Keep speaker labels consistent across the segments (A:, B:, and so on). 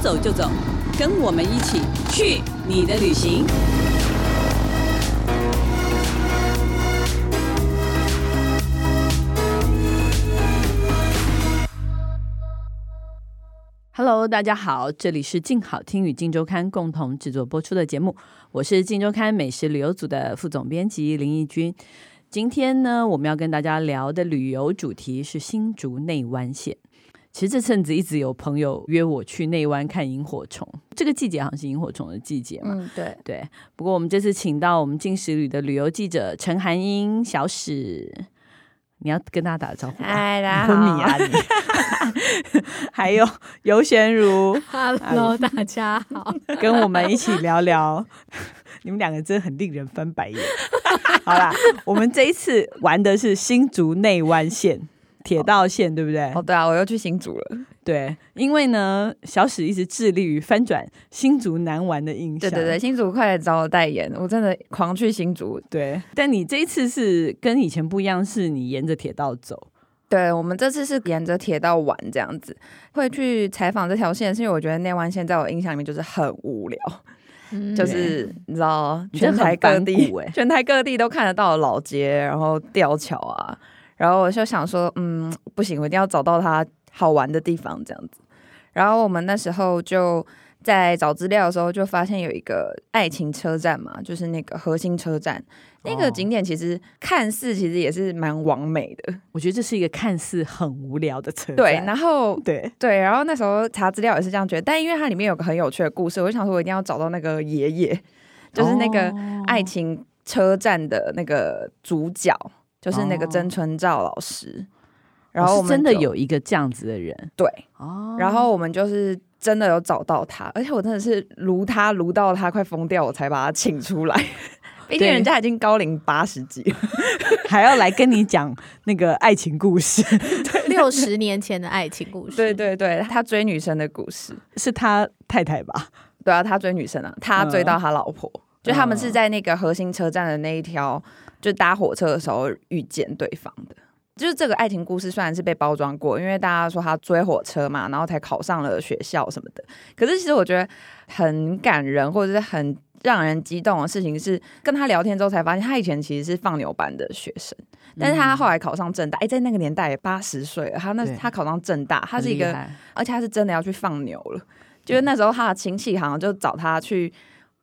A: 走就走，跟我们一起去你的旅行。Hello，大家好，这里是静好听与静周刊共同制作播出的节目，我是静周刊美食旅游组的副总编辑林义君。今天呢，我们要跟大家聊的旅游主题是新竹内湾线。其实这阵子一直有朋友约我去内湾看萤火虫，这个季节好像是萤火虫的季节嘛。
B: 嗯，对，
A: 对，不过我们这次请到我们进食旅的旅游记者陈涵英、小史，你要跟大家打个招呼吧。
B: 嗨，大
A: 昏
B: 家
A: 迷啊你！ 还有尤贤如，
B: 好
A: Hello，
B: 大家好。
A: 跟我们一起聊聊。你们两个真的很令人翻白眼。好啦，我们这一次玩的是新竹内湾线铁道线，对不对？
B: 哦，对啊，我又去新竹了。
A: 对，因为呢，小史一直致力于翻转新竹南玩的印象。
B: 对对对，新竹快来找我代言，我真的狂去新竹。
A: 对但你这一次是跟以前不一样，是你沿着铁道走。
B: 对我们这次是沿着铁道玩这样子，会去采访这条线，是因为我觉得内湾线在我印象里面就是很无聊，就是你知道哦
A: 你真
B: 全
A: 的很
B: 台各
A: 反
B: 地
A: 骨欸，
B: 全台各地都看得到的老街，然后吊桥啊，然后我就想说，嗯，不行，我一定要找到它好玩的地方这样子。然后我们那时候就在找资料的时候，就发现有一个爱情车站嘛，就是那个核心车站，那个
A: 哦
B: 景点其实看似其实也是蛮完美的，
A: 我觉得这是一个看似很无聊的车站。
B: 对。然后
A: 对，
B: 对，然后那时候查资料也是这样觉得，但因为它里面有个很有趣的故事，我就想说我一定要找到那个爷爷，就是那个
A: 哦
B: 爱情车站的那个主角，就是那个曾春照老师。然后
A: 哦
B: 我
A: 是
B: 们
A: 真的
B: 就
A: 有一个这样子的人
B: 对，
A: 哦
B: 然后我们就是真的有找到他，而且我真的是撸他撸到他快疯掉，我才把他请出来。 毕竟
A: 对
B: 人家已经高龄八十几了，
A: 还要来跟你讲那个爱情故事，
C: 六十年前的爱情故事，
B: 对，对对，他追女生的故事，
A: 是他太太吧？
B: 对啊，他追女生啊，他追到他老婆，就他们
A: 嗯
B: 是在那个核心车站的那一条，就搭火车的时候遇见对方的。就是这个爱情故事虽然是被包装过，因为大家说他追火车嘛，然后才考上了学校什么的。可是其实我觉得很感人，或者是很让人激动的事情是，跟他聊天之后才发现，他以前其实是放牛班的学生，但是他后来考上正大，哎、在那个年代也八十岁了，他那
A: 嗯对
B: 他考上正大，他是一
A: 很
B: 个
A: 厉害
B: 而且他是真的要去放牛了。就是那时候他的亲戚好像就找他去，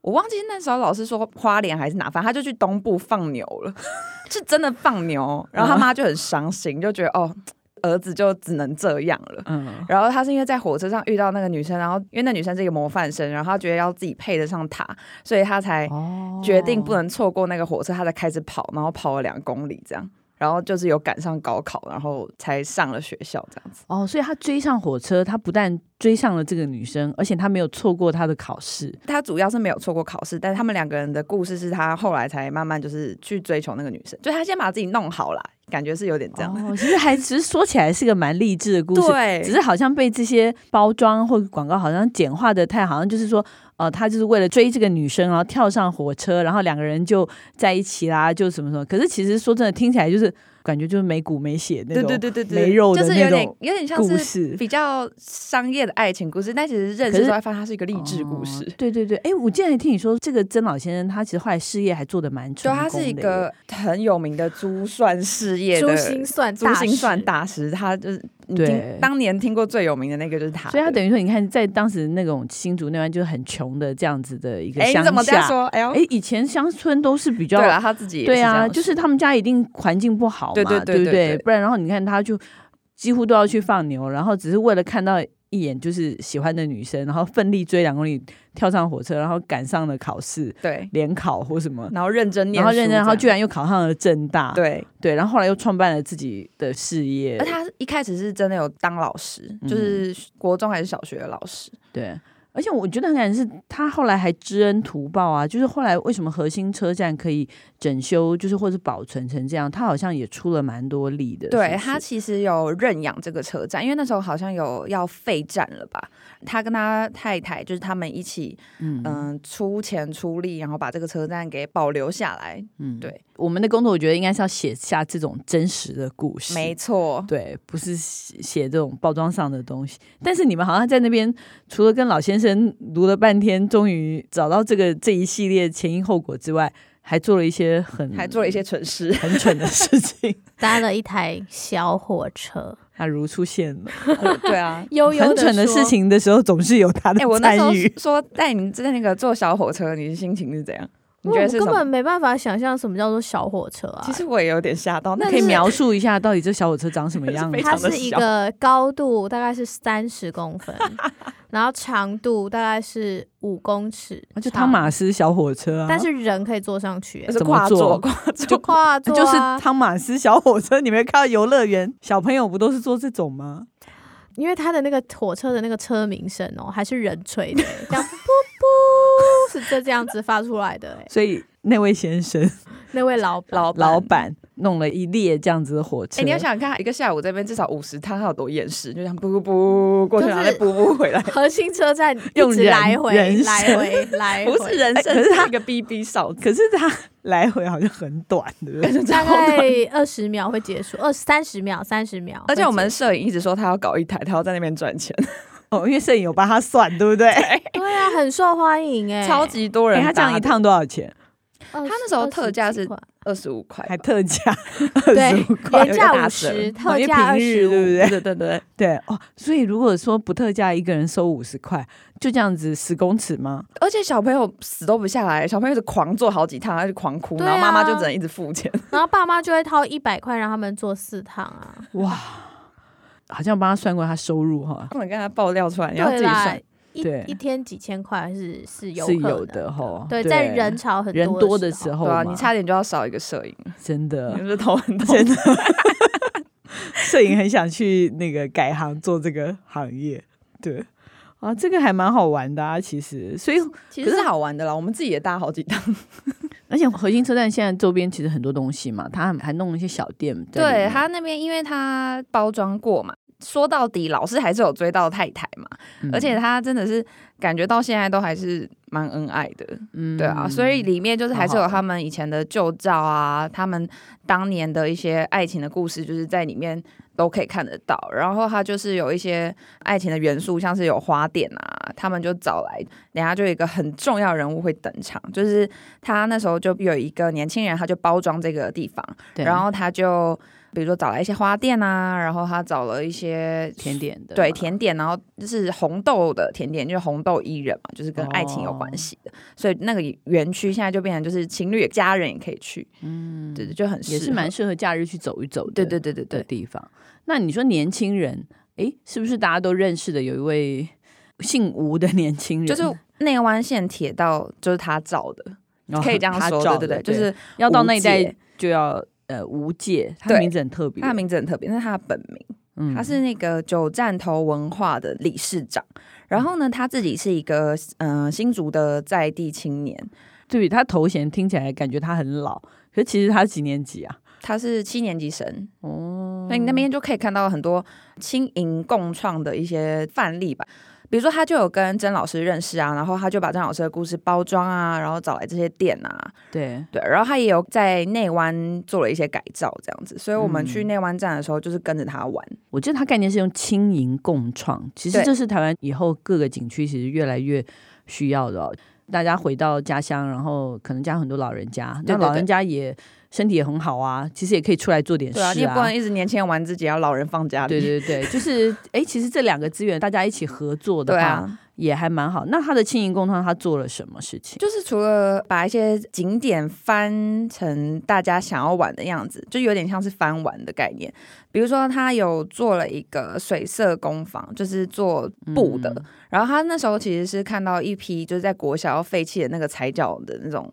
B: 我忘记那时候老师说花莲还是哪，反正他就去东部放牛了， 是真的放牛。然后他妈就很伤心，就觉得哦，儿子就只能这样了。
A: 嗯，
B: 然后他是因为在火车上遇到那个女生，然后因为那女生是一个模范生，然后他觉得要自己配得上她，所以他才
A: 哦
B: 决定不能错过那个火车，他才开始跑，然后跑了两公里这样，然后就是有赶上高考，然后才上了学校这样子。
A: 哦，所以他追上火车，他不但追上了这个女生，而且他没有错过她的考试。
B: 他主要是没有错过考试，但是他们两个人的故事是他后来才慢慢就是去追求那个女生，就他先把自己弄好啦，感觉是有点这样。
A: 哦，其实还只是说起来是个蛮励志的故事，
B: 对
A: 只是好像被这些包装或广告好像简化的太，好像就是说，呃，他就是为了追这个女生，然后跳上火车，然后两个人就在一起啦，就什么什么。可是其实说真的，听起来就是感觉就是没骨没血那
B: 对
A: 种，
B: 对对对对，
A: 没肉的
B: 就是
A: 那
B: 有点
A: 种
B: 有点像
A: 故
B: 是
A: 事。
B: 比较商业的爱情故事，但其实认
A: 可是
B: 识之后才发现它是一个励志故事。
A: 哦对对对，哎，我竟然听你说这个曾老先生，他其实后来事业还做得蛮
B: 就
A: 成功
B: 他
A: 的。
B: 是一个很有名的珠算事业的
C: 珠心算
B: 珠
C: 大
B: 心算
C: 师
B: 大师，他就是你
A: 对
B: 听当年听过最有名的那个就是呃他的，
A: 所以他等于说，你看，在当时那种新竹那边就是很穷的这样子的一个
B: 哎
A: 乡
B: 你怎么这样
A: 下。
B: 说？哎呦
A: 哎，，以前乡村都是比较
B: 对了，他自己也
A: 对
B: 这
A: 啊，
B: 样
A: 就是
B: 说
A: 他们家一定环境不好嘛，
B: 对对对
A: 不
B: 对对
A: 不然然后你看他就几乎都要去放牛，然后只是为了看到一眼就是喜欢的女生，然后奋力追两公里，跳上火车，然后赶上了考试，
B: 对，
A: 联考或什么。
B: 然后认嗯真念
A: 然
B: 书
A: 后
B: 这
A: 认
B: 样，
A: 真，然后居然又考上了正大，
B: 对，
A: 对，然后后来又创办了自己的事业
B: 而，他一开始是真的有当老师，
A: 嗯
B: 就是国中还是小学的老师。
A: 对，而且我觉得很感人是，他后来还知恩图报啊，就是后来为什么核心车站可以整修，就是或者保存成这样，他好像也出了蛮多力的。
B: 对
A: 是不是
B: 他其实有认养这个车站，因为那时候好像有要废站了吧？他跟他太太就是他们一起，嗯、出钱出力，然后把这个车站给保留下来。
A: 嗯
B: 对，
A: 我们的工作我觉得应该是要写下这种真实的故事，
B: 没错，
A: 对，不是写写这种包装上的东西。但是你们好像在那边，除了跟老先生读了半天，终于找到这个这一系列前因后果之外，还做了一些很
B: 还做了一些蠢事。
A: 很蠢的事情。
C: 搭了一台小火车，
A: 他如出现了
B: 对啊，
C: 悠悠
A: 很
C: 地
A: 蠢的
C: 说
A: 事，情的时候，总是有他的
B: 哎、我那时
A: 参
B: 候
A: 与。
B: 说带你在那个坐小火车，你的心情是怎样？你
C: 我
B: 觉得是
C: 根
B: 什么？
C: 本没办法想象什么叫做小火车啊
B: 其。实我也有点吓到，那
A: 可以
B: 是
A: 描述一下到底这小火车长什 么样吗
B: 非？常
C: 它
B: 地
C: 是一
B: 小
C: 个高度大概是三十公分，然后长度大概是五公尺
A: 啊
C: 长，
A: 就汤马斯小火车啊，
C: 但是人可以坐上去、欸，
B: 是
A: 怎么
B: 跨
A: 做
B: 坐跨坐，
C: 就跨坐、啊，
A: 就是汤马斯小火车，你没看到游乐园小朋友不都是坐这种吗？
C: 因为它的那个火车的那个车鸣声哦，还是人吹的欸、这样噗噗是这这样子发出来的、欸。
A: 所以那位先生
C: 那位老板
B: 老
A: 老板弄了一列这样子的火车，
B: 哎、你要想想看，一个下午这边至少五十趟，他有多厌世，就像不不不过去，然后再不不回来，
C: 核心车站一
A: 用
C: 直
A: 人
C: 来回
A: 人
C: 来回来回，
B: 不是人
A: 可
B: 生，
A: 是
B: 哎是
A: 他
B: 一个 BB 嫂子，
A: 可是他来回好像很短，对不对？
C: 大概二十秒会结束，二三十秒，三十秒。
B: 而且我
C: 会
B: 们
C: 结
B: 摄影一直说他要搞一台，他要在那边赚钱，
A: 哦，因为摄影有帮他算，对不对？
C: 束对啊，很受欢迎哎、
B: 超级多人
A: 哎他这样一
B: 搭的
A: 趟多少钱？
C: 二十，
B: 他
C: 他
B: 那时候特价是二十五块吧，
A: 还特价
C: 对
A: 二十五块，
C: 原
B: 有一个
C: 价五
B: 打折
C: 十，
A: 哦
C: 特
A: 因为
C: 价二
A: 平日
C: 十
A: 对
C: 五，
A: 不
B: 对
A: 对？
B: 对对对，
A: 对哦，所以如果说不特价，一个人收五十块，就这样子十公尺吗？
B: 而且小朋友死都不下来，小朋友是狂坐好几趟，他就狂哭，
C: 对啊
B: 然后妈妈就只能一直付钱，
C: 然后爸妈就会掏一百块让他们做四趟啊。
A: 哇，好像帮他算过他收入哈，
B: 不能跟他爆料出来，你要自
C: 对
B: 己
C: 啦
B: 算。，
C: 一
A: 对
C: 一天几千块是是有
A: 是
C: 可
A: 有
C: 能
A: 的哈。
C: 对，在人潮很
A: 人
C: 多
A: 多的时候
C: 候，
B: 对
A: 嘛，
B: 啊，你差点就要少一个摄影，
A: 真的
B: 你是不是头很 痛
A: 真？的，摄影很想去那个改行做这个行业，对啊，这个还蛮好玩的啊，其实，所以
B: 其实是好玩的啦，我们自己也搭好几趟。
A: 而且核心车站现在周边其实很多东西嘛，他还弄了一些小店在里面，
B: 对他那边，因为他包装过嘛，说到底，老师还是有追到太太嘛，
A: 嗯
B: 而且他真的是感觉到现在都还是蛮恩爱的，
A: 嗯
B: 对啊，所以里面就是还是
A: 好
B: 有
A: 好的
B: 他们以前的旧照啊，他们当年的一些爱情的故事，就是在里面都可以看得到。然后它就是有一些爱情的元素，像是有花店啊，他们就找来，等一下就有一个很重要人物会登场，就是他那时候就有一个年轻人，他就包装这个地方，
A: 对
B: 然后他就比如说找来一些花店啊，然后他找了一些
A: 甜点的
B: 对
A: 嘛
B: 甜点，然后就是红豆的甜点，就是红豆伊人嘛，就是跟爱情有
A: 哦
B: 关系的，所以那个园区现在就变成就是情侣、家人也可以去，嗯，对对，就很适合
A: 也是蛮适合假日去走一走的，
B: 对对对对
A: 的
B: 对，
A: 地方。那你说年轻人，诶，是不是大家都认识的？有一位姓吴的年轻人，
B: 就是内湾线铁道就是他造的，
A: 哦
B: 可以这样
A: 他
B: 说，
A: 照
B: 对对
A: 的
B: 对，就是
A: 要到那一
B: 吴姐
A: 代就要呃无界，他
B: 对
A: 名字很特别，
B: 他的名字很特别，那是他的本名。
A: 嗯
B: 他是那个九站头文化的理事长，
A: 嗯
B: 然后呢，他自己是一个嗯、呃新竹的在地青年，
A: 对他头衔听起来感觉他很老，可是其实他几年级啊？
B: 他是七年级生，
A: 哦
B: 所以你那边就可以看到很多轻盈共创的一些范例吧。比如说，他就有跟曾老师认识啊，然后他就把曾老师的故事包装啊，然后找来这些店啊，
A: 对，
B: 对，然后他也有在内湾做了一些改造，这样子。所以我们
A: 嗯
B: 去内湾站的时候，就是跟着他玩。
A: 我记得他概念是用轻盈共创，其实
B: 对
A: 这是台湾以后各个景区其实越来越需要的哦、大家回到家乡，然后可能家很多老人家，
B: 对
A: 那
B: 对
A: 老人家也身体也很好啊，其实也可以出来做点事
B: 对啊，你也不能一直年轻人玩自己，要老人放家
A: 对
B: 里。
A: 对 对，就是哎，其实这两个资源大家一起合作的
B: 对
A: 话，
B: 啊，
A: 也还蛮好。那他的轻盈共创，他做了什么事 情？
B: 就是除了把一些景点翻成大家想要玩的样子，就有点像是翻玩的概念。比如说，他有做了一个水色工坊，就是做布
A: 嗯
B: 的。然后他那时候其实是看到一批就是在国小废弃的那个踩脚的那种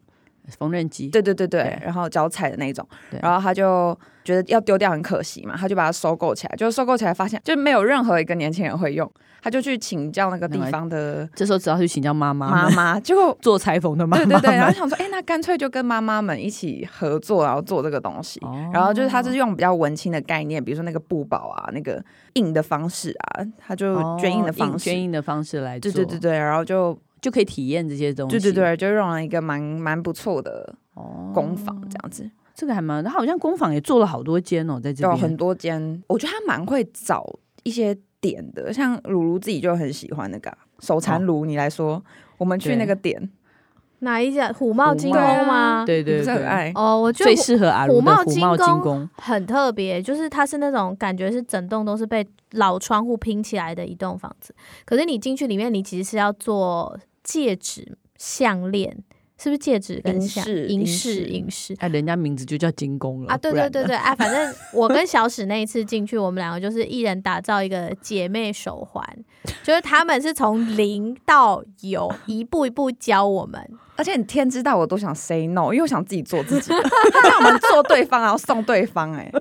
A: 缝纫机，
B: 对对对对，
A: 对
B: 然后脚踩的那种
A: 对，
B: 然后他就觉得要丢掉很可惜嘛，他就把它收购起来，就收购起来发现就没有任何一个年轻人会用，他就去请教那个地方的
A: 这时候只要去请教妈妈
B: 妈
A: 们
B: 妈，结果
A: 做裁缝的妈妈
B: 对
A: 们，
B: 对对，然后想说，哎、那干脆就跟妈妈们一起合作，然后做这个东西。
A: 哦
B: 然后就是他是用比较文青的概念，比如说那个布宝啊，那个印的方式啊，他就
A: 哦
B: 捐印的方
A: 印
B: 式，
A: 捐印的方式来做，
B: 对对对对，然后就
A: 就可以体验这些东西，
B: 对对，对，就用了一个蛮蛮不错的
A: 哦，
B: 工坊这样子，
A: 这个还蛮，他好像工坊也做了好多间哦，在这
B: 有
A: 边
B: 很多间，我觉得他蛮会找一些点的，像鲁鲁自己就很喜欢那个啊手
A: 哦
B: 残炉，你来说，我们去
A: 对
B: 那个点，
C: 哪一家虎豹金
A: 虎
C: 工
A: 豹
C: 吗？
A: 对
B: 你
A: 对
B: 不是
A: 对
B: 很，爱，
C: 哦，我觉得
A: 最
C: 虎
A: 适合阿如的
C: 茂
A: 虎
C: 精
A: 茂精
C: 工
A: 工，
C: 很特别，就是它是那种感觉是整栋都是被老窗户拼起来的一栋房子，可是你进去里面，你其实是要做戒指、项链，是不是戒指跟
B: 银
C: 项
B: 饰
C: 银
B: 银
C: 饰、
B: 饰
C: 银饰？
A: 哎，人家名字就叫精工了
C: 啊，对
A: 不然
C: 对
A: 呢
C: 对对，啊，反正我跟小史那一次进去，我们两个就是一人打造一个姐妹手环，就是他们是从零到有，一步一步教我们。
B: 而且你天知道我多想 say no，因为我想自己做自己的， 那我们做对方，然后送对方、哎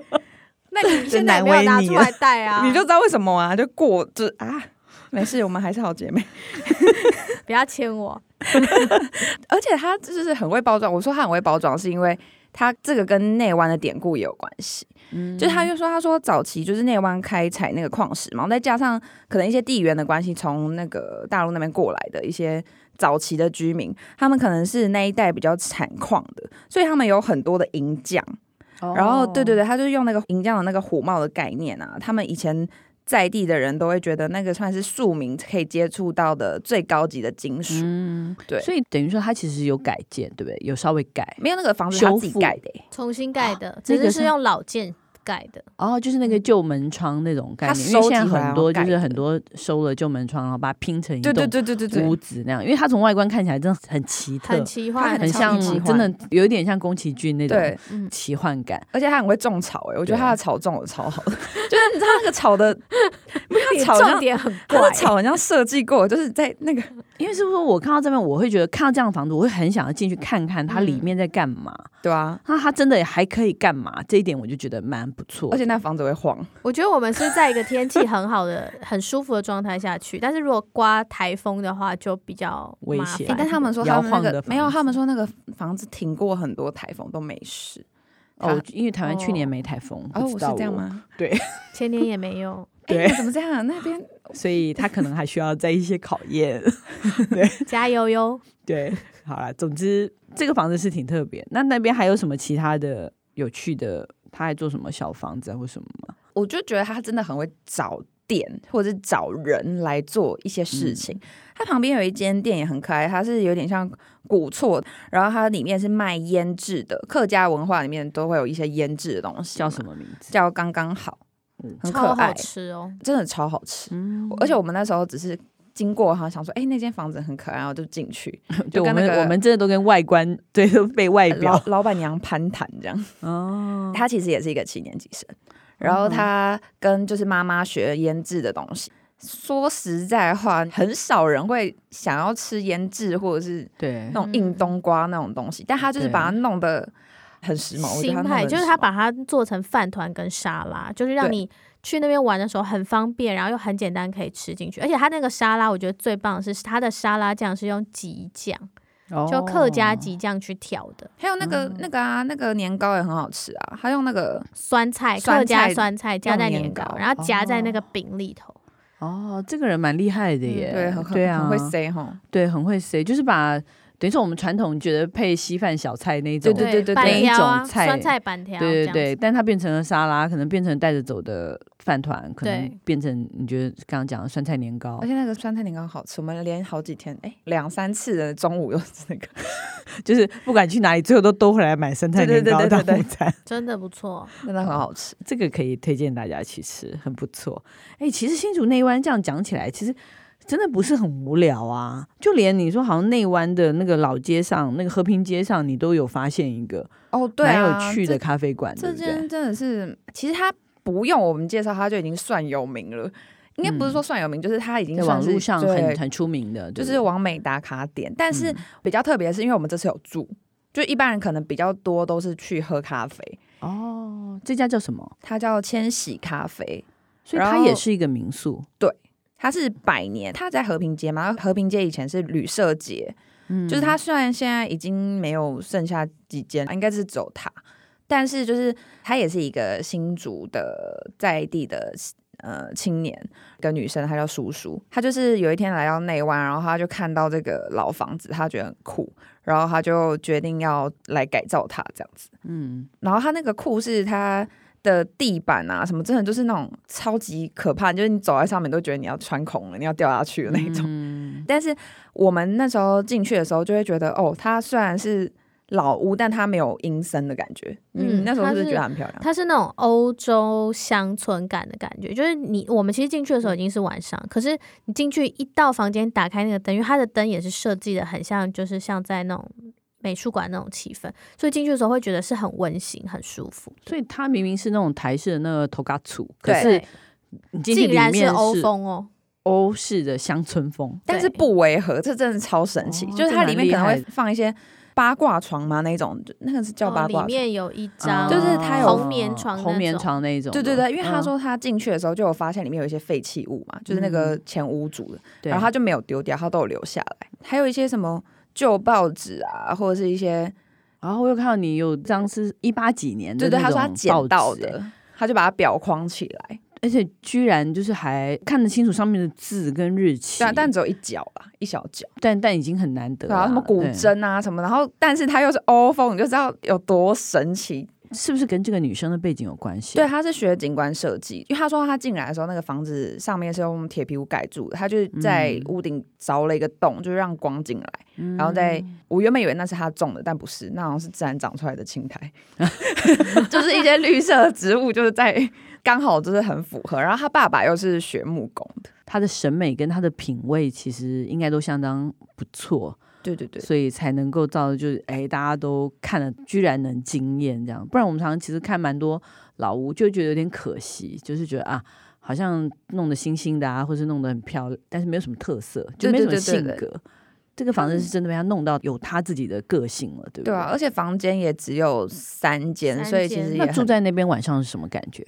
C: 那你现在也没有拿出来戴啊？
B: 哎，你就知道为什么啊，就过就啊。没事，我们还是好姐妹。
C: 不要牵我。
B: 而且她就是很会包装。我说她很会包装，是因为她这个跟内湾的典故也有关系。
A: 嗯
B: 就是她就说，她说早期就是内湾开采那个矿石嘛，再加上可能一些地缘的关系，从那个大陆那边过来的一些早期的居民，他们可能是那一带比较产矿的，所以他们有很多的银匠。
A: 哦
B: 然后，对对，对，他就是用那个银匠的那个虎帽的概念啊，他们以前在地的人都会觉得那个算是庶民可以接触到的最高级的金属，
A: 嗯，
B: 对
A: 所以等于说它其实有改建，对不对？有稍微改，
B: 没有那个房子是他
A: 修
B: 自己
A: 复
B: 盖的欸、
C: 重新盖的，
A: 那
C: 只
A: 个
C: 是
A: 是
C: 是用老件盖的。
A: 哦，就是那个旧门窗那种概
B: 它
A: 念，因为
B: 收
A: 现在
B: 集回来
A: 很多
B: 然后
A: 就是
B: 盖
A: 很
B: 的
A: 多收了旧门窗，然后把它拼成一
B: 对对
A: 栋
B: 对对对
A: 屋
B: 对，
A: 子那样，因为它从外观看起来真的很奇特
C: 很，奇
B: 它
C: 幻，
A: 很
B: 很
A: 像
B: 超级奇幻
A: 真的有一点像宫崎骏那种
B: 对，
C: 嗯，
A: 奇幻感。
B: 而且他很会种草哎、我觉得
A: 对
B: 他的草种的超好的， 就是你知道那个草的，不是他
C: 你
B: 草很
C: 重
B: 像，
C: 点很
B: 他的
C: 怪，
B: 草好像设计过，就是在那个
A: 因为是不是我看到这边，我会觉得看到这样的房子，我会很想要进去看看它里面在干嘛。
B: 对啊，
A: 那它真的还可以干嘛？这一点我就觉得蛮不错。
B: 而且那房子会晃，
C: 我觉得我们是在一个天气很好的、很舒服的状态下去，但是如果刮台风的话，就比较
A: 危
C: 麻
A: 险
C: 烦
A: 哎
B: 但他们说
A: 摇
B: 他们那
A: 晃的
B: 个
A: 房
B: 没有，
A: 子
B: 他们说那个房子挺过很多台风都没事。
A: 哦，因为台湾去年
C: 哦
A: 没台风，
B: 哦，
A: 不
B: 我
A: 知
B: 是
A: 道
B: 这样
A: 我？
B: 吗？
C: 前年也没有，
B: 哎、
A: 对
B: 你怎么这样？那边
A: 所以它可能还需要在一些考验。
C: 加油哟！
A: 对，好啦，总之这个房子是挺特别。那那边还有什么其他的有趣的？他还做什么小房子啊或什么吗？
B: 我就觉得他真的很会找店或者是找人来做一些事情。它旁边有一间店也很可爱，它是有点像古厝，然后它里面是卖腌制的，客家文化里面都会有一些腌制的东西，
A: 叫什
B: 么？
A: 么名字？
B: 叫刚刚好
A: 嗯，
B: 很可
C: 超好
B: 爱，
C: 吃哦，
B: 真的超好吃。
A: 嗯
B: 而且我们那时候只是。经过哈，想说，哎、那间房子很可爱，然后就进去，
A: 对
B: 就
A: 我
B: 跟那
A: 们
B: 个
A: 我们真的都跟外观对都被外
B: 老
A: 表
B: 老板娘攀谈这样。
A: 哦，
B: 他其实也是一个七年级生，然后
A: 嗯
B: 他跟就是妈妈学腌制的东西。说实在话，很少人会想要吃腌制或者是
A: 对
B: 那种硬冬瓜那种东西，但他就是把它弄得很时髦。我觉得
C: 新
B: 他弄得
C: 派
B: 很
C: 就是
B: 时
C: 他
B: 髦
C: 把它做成饭团跟沙拉，就是让
B: 对
C: 你去那边玩的时候很方便，然后又很简单可以吃进去。而且它那个沙拉，我觉得最棒的是它的沙拉酱是用吉酱，就客家
A: 级
C: 吉酱去调的
B: 还有那个、那个啊，那个年糕也很好吃啊，他用那个
C: 酸菜，
B: 酸
C: 客家
B: 菜
C: 酸菜加在
B: 用
C: 年
B: 年
C: 糕
B: 糕，
C: 然后夹在那个
A: 哦
C: 饼里头。
A: 哦，这个人蛮厉害的耶，
B: 嗯对，很哦很
A: 对啊，
B: 很会 say 吼，
A: 对，很会 say，就是把等于说我们传统觉得配稀饭小菜那一种，
B: 对对对
C: 板
B: 那一
C: 条啊，
A: 种菜
C: 酸菜板条，
A: 对
C: 这
A: 对
C: 样
A: 对，
C: 子
A: 但它变成了沙拉，可能变成带着走的饭团，可能
C: 对
A: 变成你觉得刚刚讲的酸菜年糕
B: 而，且那个酸菜年糕好吃，我们连好几天哎两三次的中午又吃那个，
A: 就是不管去哪里，最后都兜回来买酸菜
B: 对
A: 年
B: 对
A: 糕
B: 对
A: 当
B: 对对
A: 午餐。
C: 真的不错。
B: 真的很好吃。
A: 这个可以推荐大家去吃，很不错。哎，其实新竹内湾这样讲起来，其实真的不是很无聊啊。就连你说好像内湾的那个老街上，那个和平街上，你都有发现一个
B: 哦，对、
A: 蛮
B: 啊，
A: 有趣的
B: 这
A: 咖啡馆，对
B: 这
A: 不对？
B: 间真的是，其实他不用我们介绍，他就已经算有名了。应该不是说算有名，就是他已经
A: 嗯在
B: 算
A: 网
B: 是
A: 络上很
B: 对
A: 很出名的，
B: 就
A: 对不
B: 是
A: 对
B: 完美打卡点。但是
A: 嗯
B: 比较特别的是，因为我们这次有住，就一般人可能比较多都是去喝咖啡，
A: 哦，这家叫什么？
B: 它叫千禧咖啡，
A: 所以
B: 然
A: 它
B: 后
A: 也是一个民宿，
B: 它是百年，它在和平街嘛，和平街以前是旅社街，
A: 嗯
B: 就是它虽然现在已经没有剩下几间，应该是走它，但是就是它也是一个新竹的在地的呃青年跟女生，她叫叔叔，她就是有一天来到内湾，然后她就看到这个老房子，她觉得很酷，然后她就决定要来改造它这样子。
A: 嗯，
B: 然后它那个库是它的地板啊，什么真的就是那种超级可怕，就是你走在上面都觉得你要穿孔了，你要掉下去的那种。
A: 嗯
B: 但是我们那时候进去的时候，就会觉得哦，它虽然是老屋，但它没有阴森的感觉。
C: 嗯
B: 嗯，那时候是不
C: 它
B: 是
C: 是
B: 觉得很漂亮。
C: 它是那种欧洲乡村感的感觉，就是你我们其实进去的时候已经是晚上，可是你进去一到房间打开那个灯，因为它的灯也是设计的很像，就是像在那种美术馆那种气氛，所以进去的时候会觉得是很温馨、很舒服。
A: 所以它明明是那种台式的那个头嘎厝，可
B: 对
A: 是你进去
C: 竟
A: 里
C: 然
A: 面
C: 是
A: 是
C: 欧风哦，
A: 欧式的乡村风，
B: 但是不违和，这真的超神奇。
A: 哦
B: 就是它里面可能
A: 这蛮
B: 会
A: 厉
B: 放一些八卦床嘛，那一种，那个是叫
C: 哦
B: 八
C: 里
B: 卦床。啊
C: 面有一张，
B: 就是它有
C: 红棉床那种
A: 红棉床那一种的，
B: 对对对，因为他
A: 嗯
B: 说他进去的时候就有发现里面有一些废弃物嘛，就是那
A: 嗯
B: 个前屋主的，
A: 对，
B: 然后他就没有丢掉，他都有留下来，还有一些什么旧报纸啊，或者是一些，
A: 然后我又看到你有张是一八几年的
B: 对对，
A: 那
B: 他说他
A: 种
B: 捡
A: 报
B: 到
A: 纸欸
B: 的，他就把它裱框起来，
A: 而且居然就是还看得清楚上面的字跟日期，
B: 啊但但只有一角啦，一小角，
A: 但但已经很难得
B: 对啊，
A: 了。
B: 什么古
A: 对，
B: 筝啊什么，然后但是它又是欧风，你就知道有多神奇。
A: 是不是跟这个女生的背景有关系？啊
B: 对，，啊他是学景观设计，因为他说他进来的时候，那个房子上面是用铁皮屋盖住的，他就是在
C: 嗯
B: 屋顶凿了一个洞，就是让光进来，然后再
C: 嗯
B: 我原本以为那是他种的，但不是，那好像是自然长出来的青 苔，就是一些绿色的植物，就是在刚好就是很符合。然后他爸爸又是学木工的，
A: 她的审美跟她的品味其实应该都相当不错，
B: 对对对，
A: 所以才能够造就是哎，大家都看了居然能惊艳这样。不然我们常常其实看蛮多老屋，就会觉得有点可惜，就是觉得啊。好像弄得新新的啊，或是弄得很漂亮，但是没有什么特色，就
B: 对
A: 没
B: 对
A: 什么性
B: 对对对嗯
A: 格。这个房子是真的被他弄到有他自己的个性了，对不
B: 对啊，而且房间也只有三间，
C: 三
B: 所以其实
C: 间
B: 也
A: 那
B: 很
A: 住在那边晚上是什么感觉？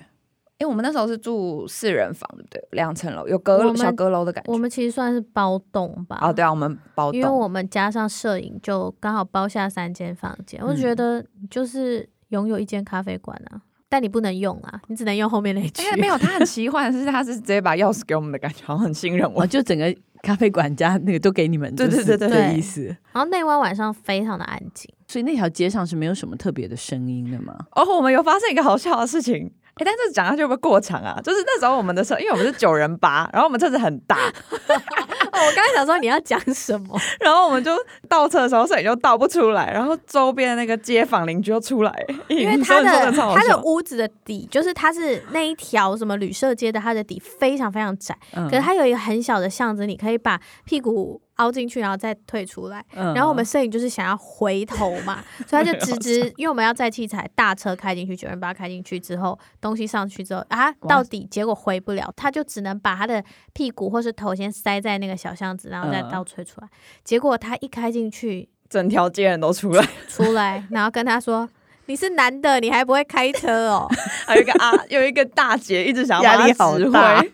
B: 因为我们那时候是住四人房，对不对？两层楼，有阁
C: 我
B: 楼
C: 们
B: 小阁楼的感觉
C: 我。们其实算是包栋吧。
B: 哦，对啊，我们包
C: 因为
B: 栋，
C: 我们加上摄影，就刚好包下三间房间。我
B: 嗯
C: 就觉得你就是拥有一间咖啡馆啊，但你不能用啊，你只能用后面那一句。
B: 哎，没有，他很奇幻，是他是直接把钥匙给我们的感觉，好像很信任我
A: 哦，。就整个咖啡馆加那个都给你们，
B: 对
A: 就是
B: 对对
C: 对
A: 这意思。
C: 然后内湾晚上非常的安静，
A: 所以那条街上是没有什么特别的声音的嘛？
B: 哦，我们有发生一个好笑的事情。哎，但这讲下去会不会过长啊？就是那时候我们的车，因为我们是九人八，然后我们车子很大，啊
C: 哦，我刚才想说你要讲 什么，
B: 然后我们就倒车的时候摄影就倒不出来，然后周边的那个街坊邻居就出来，
C: 因
B: 因
C: 为它的它
B: 他
C: 的屋子的底就是它是那一条什么旅社街的，它的底非常非常窄，
A: 嗯
C: 可是它有一个很小的巷子，你可以把屁股凹进去，然后再退出来。
A: 嗯
C: 然后我们摄影就是想要回头 嘛，所以他就直直，因为我们要载器材，大车开进去，九人八开进去之后，东西上去之后啊，
A: 哇
C: 到底结果回不了，他就只能把他的屁股或是头先塞在那个小巷子，然后再
A: 嗯
C: 倒吹出来。结果他一开进去
B: 整条街人都出来，
C: 出来，然后跟他说。你是男的，你还不会开车 哦？
B: 还有一个 啊，有一个大姐一直想要
A: 压
B: 把
A: 力
B: 他
A: 好
B: 指
A: 大
B: 挥，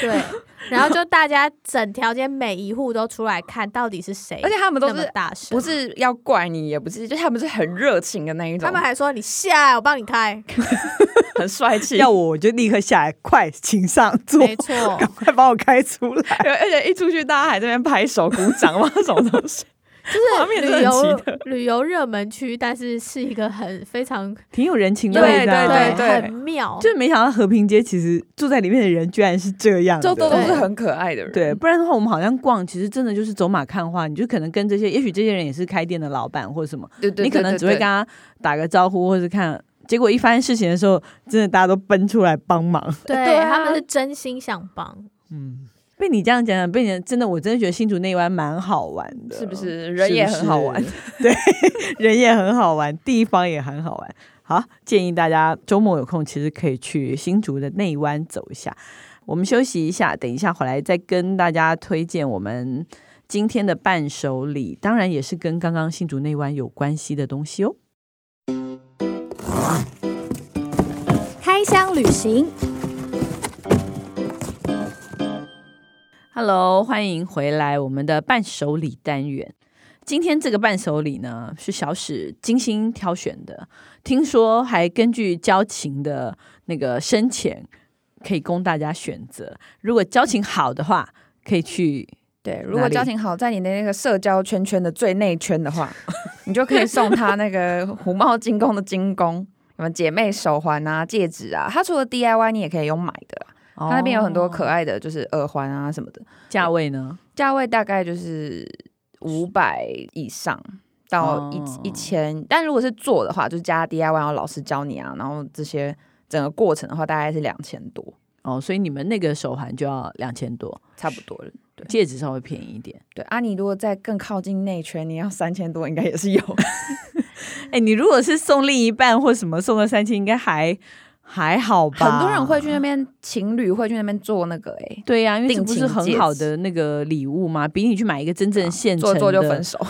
C: 对，然后就大家整条街每一户都出来看到底是谁，
B: 而且他们都
C: 那么
B: 是
C: 大声，
B: 不是要怪你，也不是，就他们是很热情的那一种，
C: 他们还说你下来，我帮你开。
B: 很帅 气，
A: 要我我就立刻下来，快，请上座，
C: 没错，
A: 赶 快把我开出来。
B: 对 而且一出去大家还在那边拍手鼓掌，哇，什么 东西？画
C: 就是
B: 面真
C: 旅
B: 的很
C: 游
B: 奇特
C: 旅游热门区，但是是一个很非常
A: 挺有人情
B: 对
A: 味的，啊
B: 对对
C: 很妙，
A: 就没想到和平街其实住在里面的人居然是这样的，
B: 就都都
C: 对
B: 是很可爱的人，
A: 对，不然的话，我们好像逛，其实真的就是走马看花，你就可能跟这些，也许这些人也是开店的老板或者什么，
B: 对对，
A: 你可
B: 对
A: 能
B: 对
A: 只会
B: 对
A: 跟他打个招呼，或是看。结果一发生事情的时候，真的大家都奔出来帮忙。
C: 对
B: 对啊
C: 他们是真心想帮，
A: 嗯，被你这样讲讲，被你真的，我真的觉得新竹那一湾蛮好玩的，
B: 是不？嗯是人也很好玩？
A: 是 人也很好玩，地方也很好玩。好，建议大家周末有空，其实可以去新竹的内湾走一下。我们休息一下，等一下回来再跟大家推荐我们今天的伴手礼，当然也是跟刚刚新竹内湾有关系的东西哦。
C: 开箱旅行，
A: Hello，欢迎回来我们的伴手礼单元。今天这个伴手礼呢，是小史精心挑选的，听说还根据交情的那个深浅，可以供大家选择。如果交情好的话，可以去
B: 对，
A: 里
B: 如果交情好，在你的那个社交圈圈的最内圈的话， 你就可以送他那 个虎豹精工的精工，什么姐妹手环啊、戒指啊，它除了 DIY，你也可以用买的啦。它那边有很多可
A: 哦
B: 爱的，就是耳环啊什么的，
A: 价位呢，
B: 价位大概就是五百以上。到一
A: 哦
B: 一千，但如果是做的话，就是加 DIY，然后老师教你啊，然后这些整个过程的话，大概是两千多，
A: 哦，所以你们那个手环就要两千多，
B: 差不多了。对
A: 戒指稍微便宜一点。
B: 对啊，你如果再更靠近内圈，你要三千多，应该也是有。
A: 哎，你如果是送另一半或什么送个三千，应该还还好吧？
B: 很多人会去那边，情侣会去那边做那个、欸，
A: 对呀、因为这
B: 定
A: 不是
B: 情戒
A: 很
B: 指啊
A: 好的那个那个礼物吗？比你去买一个真正现成
B: 做
A: 的，
B: 做就分手。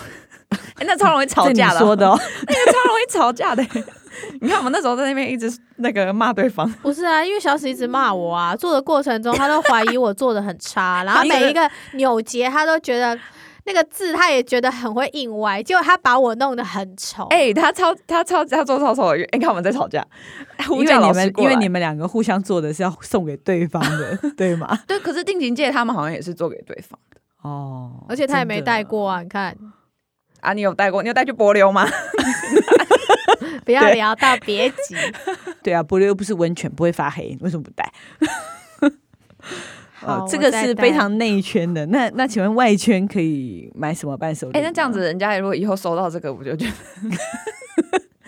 B: 哎、那超容易吵
A: 这你
B: 架的，
A: 说的、哦，
B: 那个超容易吵架的、欸 你看我们那时候在那边一直那个骂对方，
C: 不是啊，因为小史一直骂我啊，做的过程中他都怀疑我做的 很差，然后每一个扭结他都觉得那个字他也觉得很会硬歪，结果他把我弄得很丑。
B: 哎、他超他超他做超丑的，你、看我们在吵架，呼
A: 因为
B: 叫哎老
A: 你
B: 师
A: 们
B: 过
A: 因为
B: 来
A: 你们两个互相做的是要送给对方 的，对吗？
B: 对，可是定情戒他们好像也是做给对方
A: 哦，
C: 而且他也没
A: 真的
C: 带。过啊，你看，
B: 啊。你有带过，你有带去柏流吗？
C: 不要
A: 对
C: 聊到别急。
A: 对啊，不溜又不是温泉，不会发黑，为什么不带？
B: 哦
C: 好
A: 这个是非。
C: 我再带
A: 常内圈的。那那请问外圈可以买什么伴手礼吗？
B: 哎、那这样子，人家如果以后收到这个，我就觉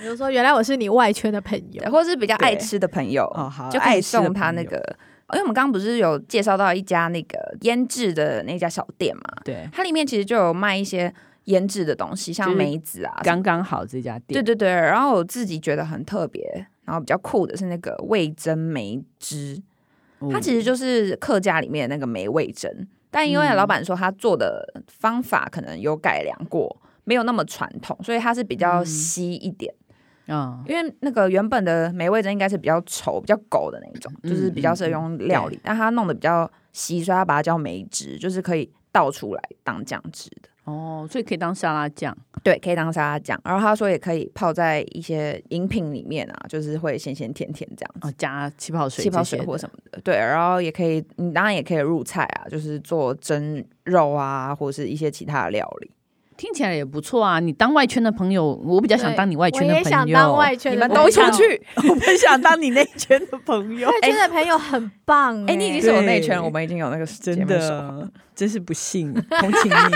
C: 比如说，原来我是你外圈的朋友
B: 得，，或者是比较爱
A: 对
B: 吃的朋友，
A: 哦，好，
B: 就可以
A: 爱吃的
B: 送他
A: 朋
B: 那
A: 友
B: 个，因为我们刚刚不是有介绍到一家那个腌制的那家小店嘛，
A: 对，
B: 它里面其实就有卖一些腌制的东西，像
A: 就是
B: 梅子啊什么，
A: 刚刚好这家
B: 对
A: 店。
B: 对对。然后我自己觉得很特别，然后比较酷的是那个味噌梅汁，
A: 对
B: 它其实就是客家里面的那个梅味噌，但因为
A: 嗯
B: 老板说他做的方法可能有改良过。没有那么传统，所以它是比较
A: 嗯
B: 稀一点，
A: 嗯，
B: 因为那个原本的梅味噌应该是比较稠、比较狗的那一种，
A: 嗯
B: 就是比较适合用料理，但它弄得比较稀，所以它把它叫梅汁，就是可以倒出来当酱汁的。
A: 哦，所以可以当沙拉酱。
B: 对，可以当沙拉酱。然后他说也可以泡在一些饮品里面啊，就是会咸咸甜甜这样
A: 哦
B: 子，，
A: 加气泡水、
B: 气泡水或什么的。对，然后也可以，你当然也可以入菜啊，就是做蒸肉啊，或是一些其他的料理。
A: 听起来也不错啊。你当外圈的朋友，我比较想
C: 对
A: 当你外圈 的
C: 我
A: 朋
C: 也
A: 友，
C: 想当外圈
B: 你
C: 的
B: 们都
C: 朋友，
B: 出去，
A: 我不想当你内圈的朋友。
C: 外圈的朋友很棒哎、
B: 哎，你已经是有内圈，
A: 对
B: 我们已经有那个 姐
A: 真
B: 妹手了
A: 的，真是不幸，同情你。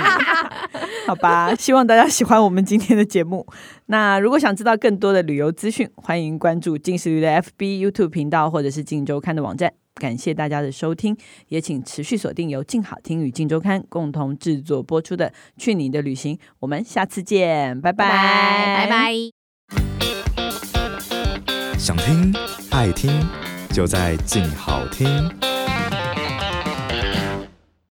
A: 好吧， 希望大家喜欢我们今天的节目。那如果想知道更多的旅游资讯，欢迎关注近视旅的 FB、YouTube 频道，或者是近周刊的网站。感谢大家的收听，也请持续锁定由静好听与静周刊共同制作播出的《去你的旅行》，我们下次见，拜拜，
C: 拜拜。
D: 想听爱听，就在静好听。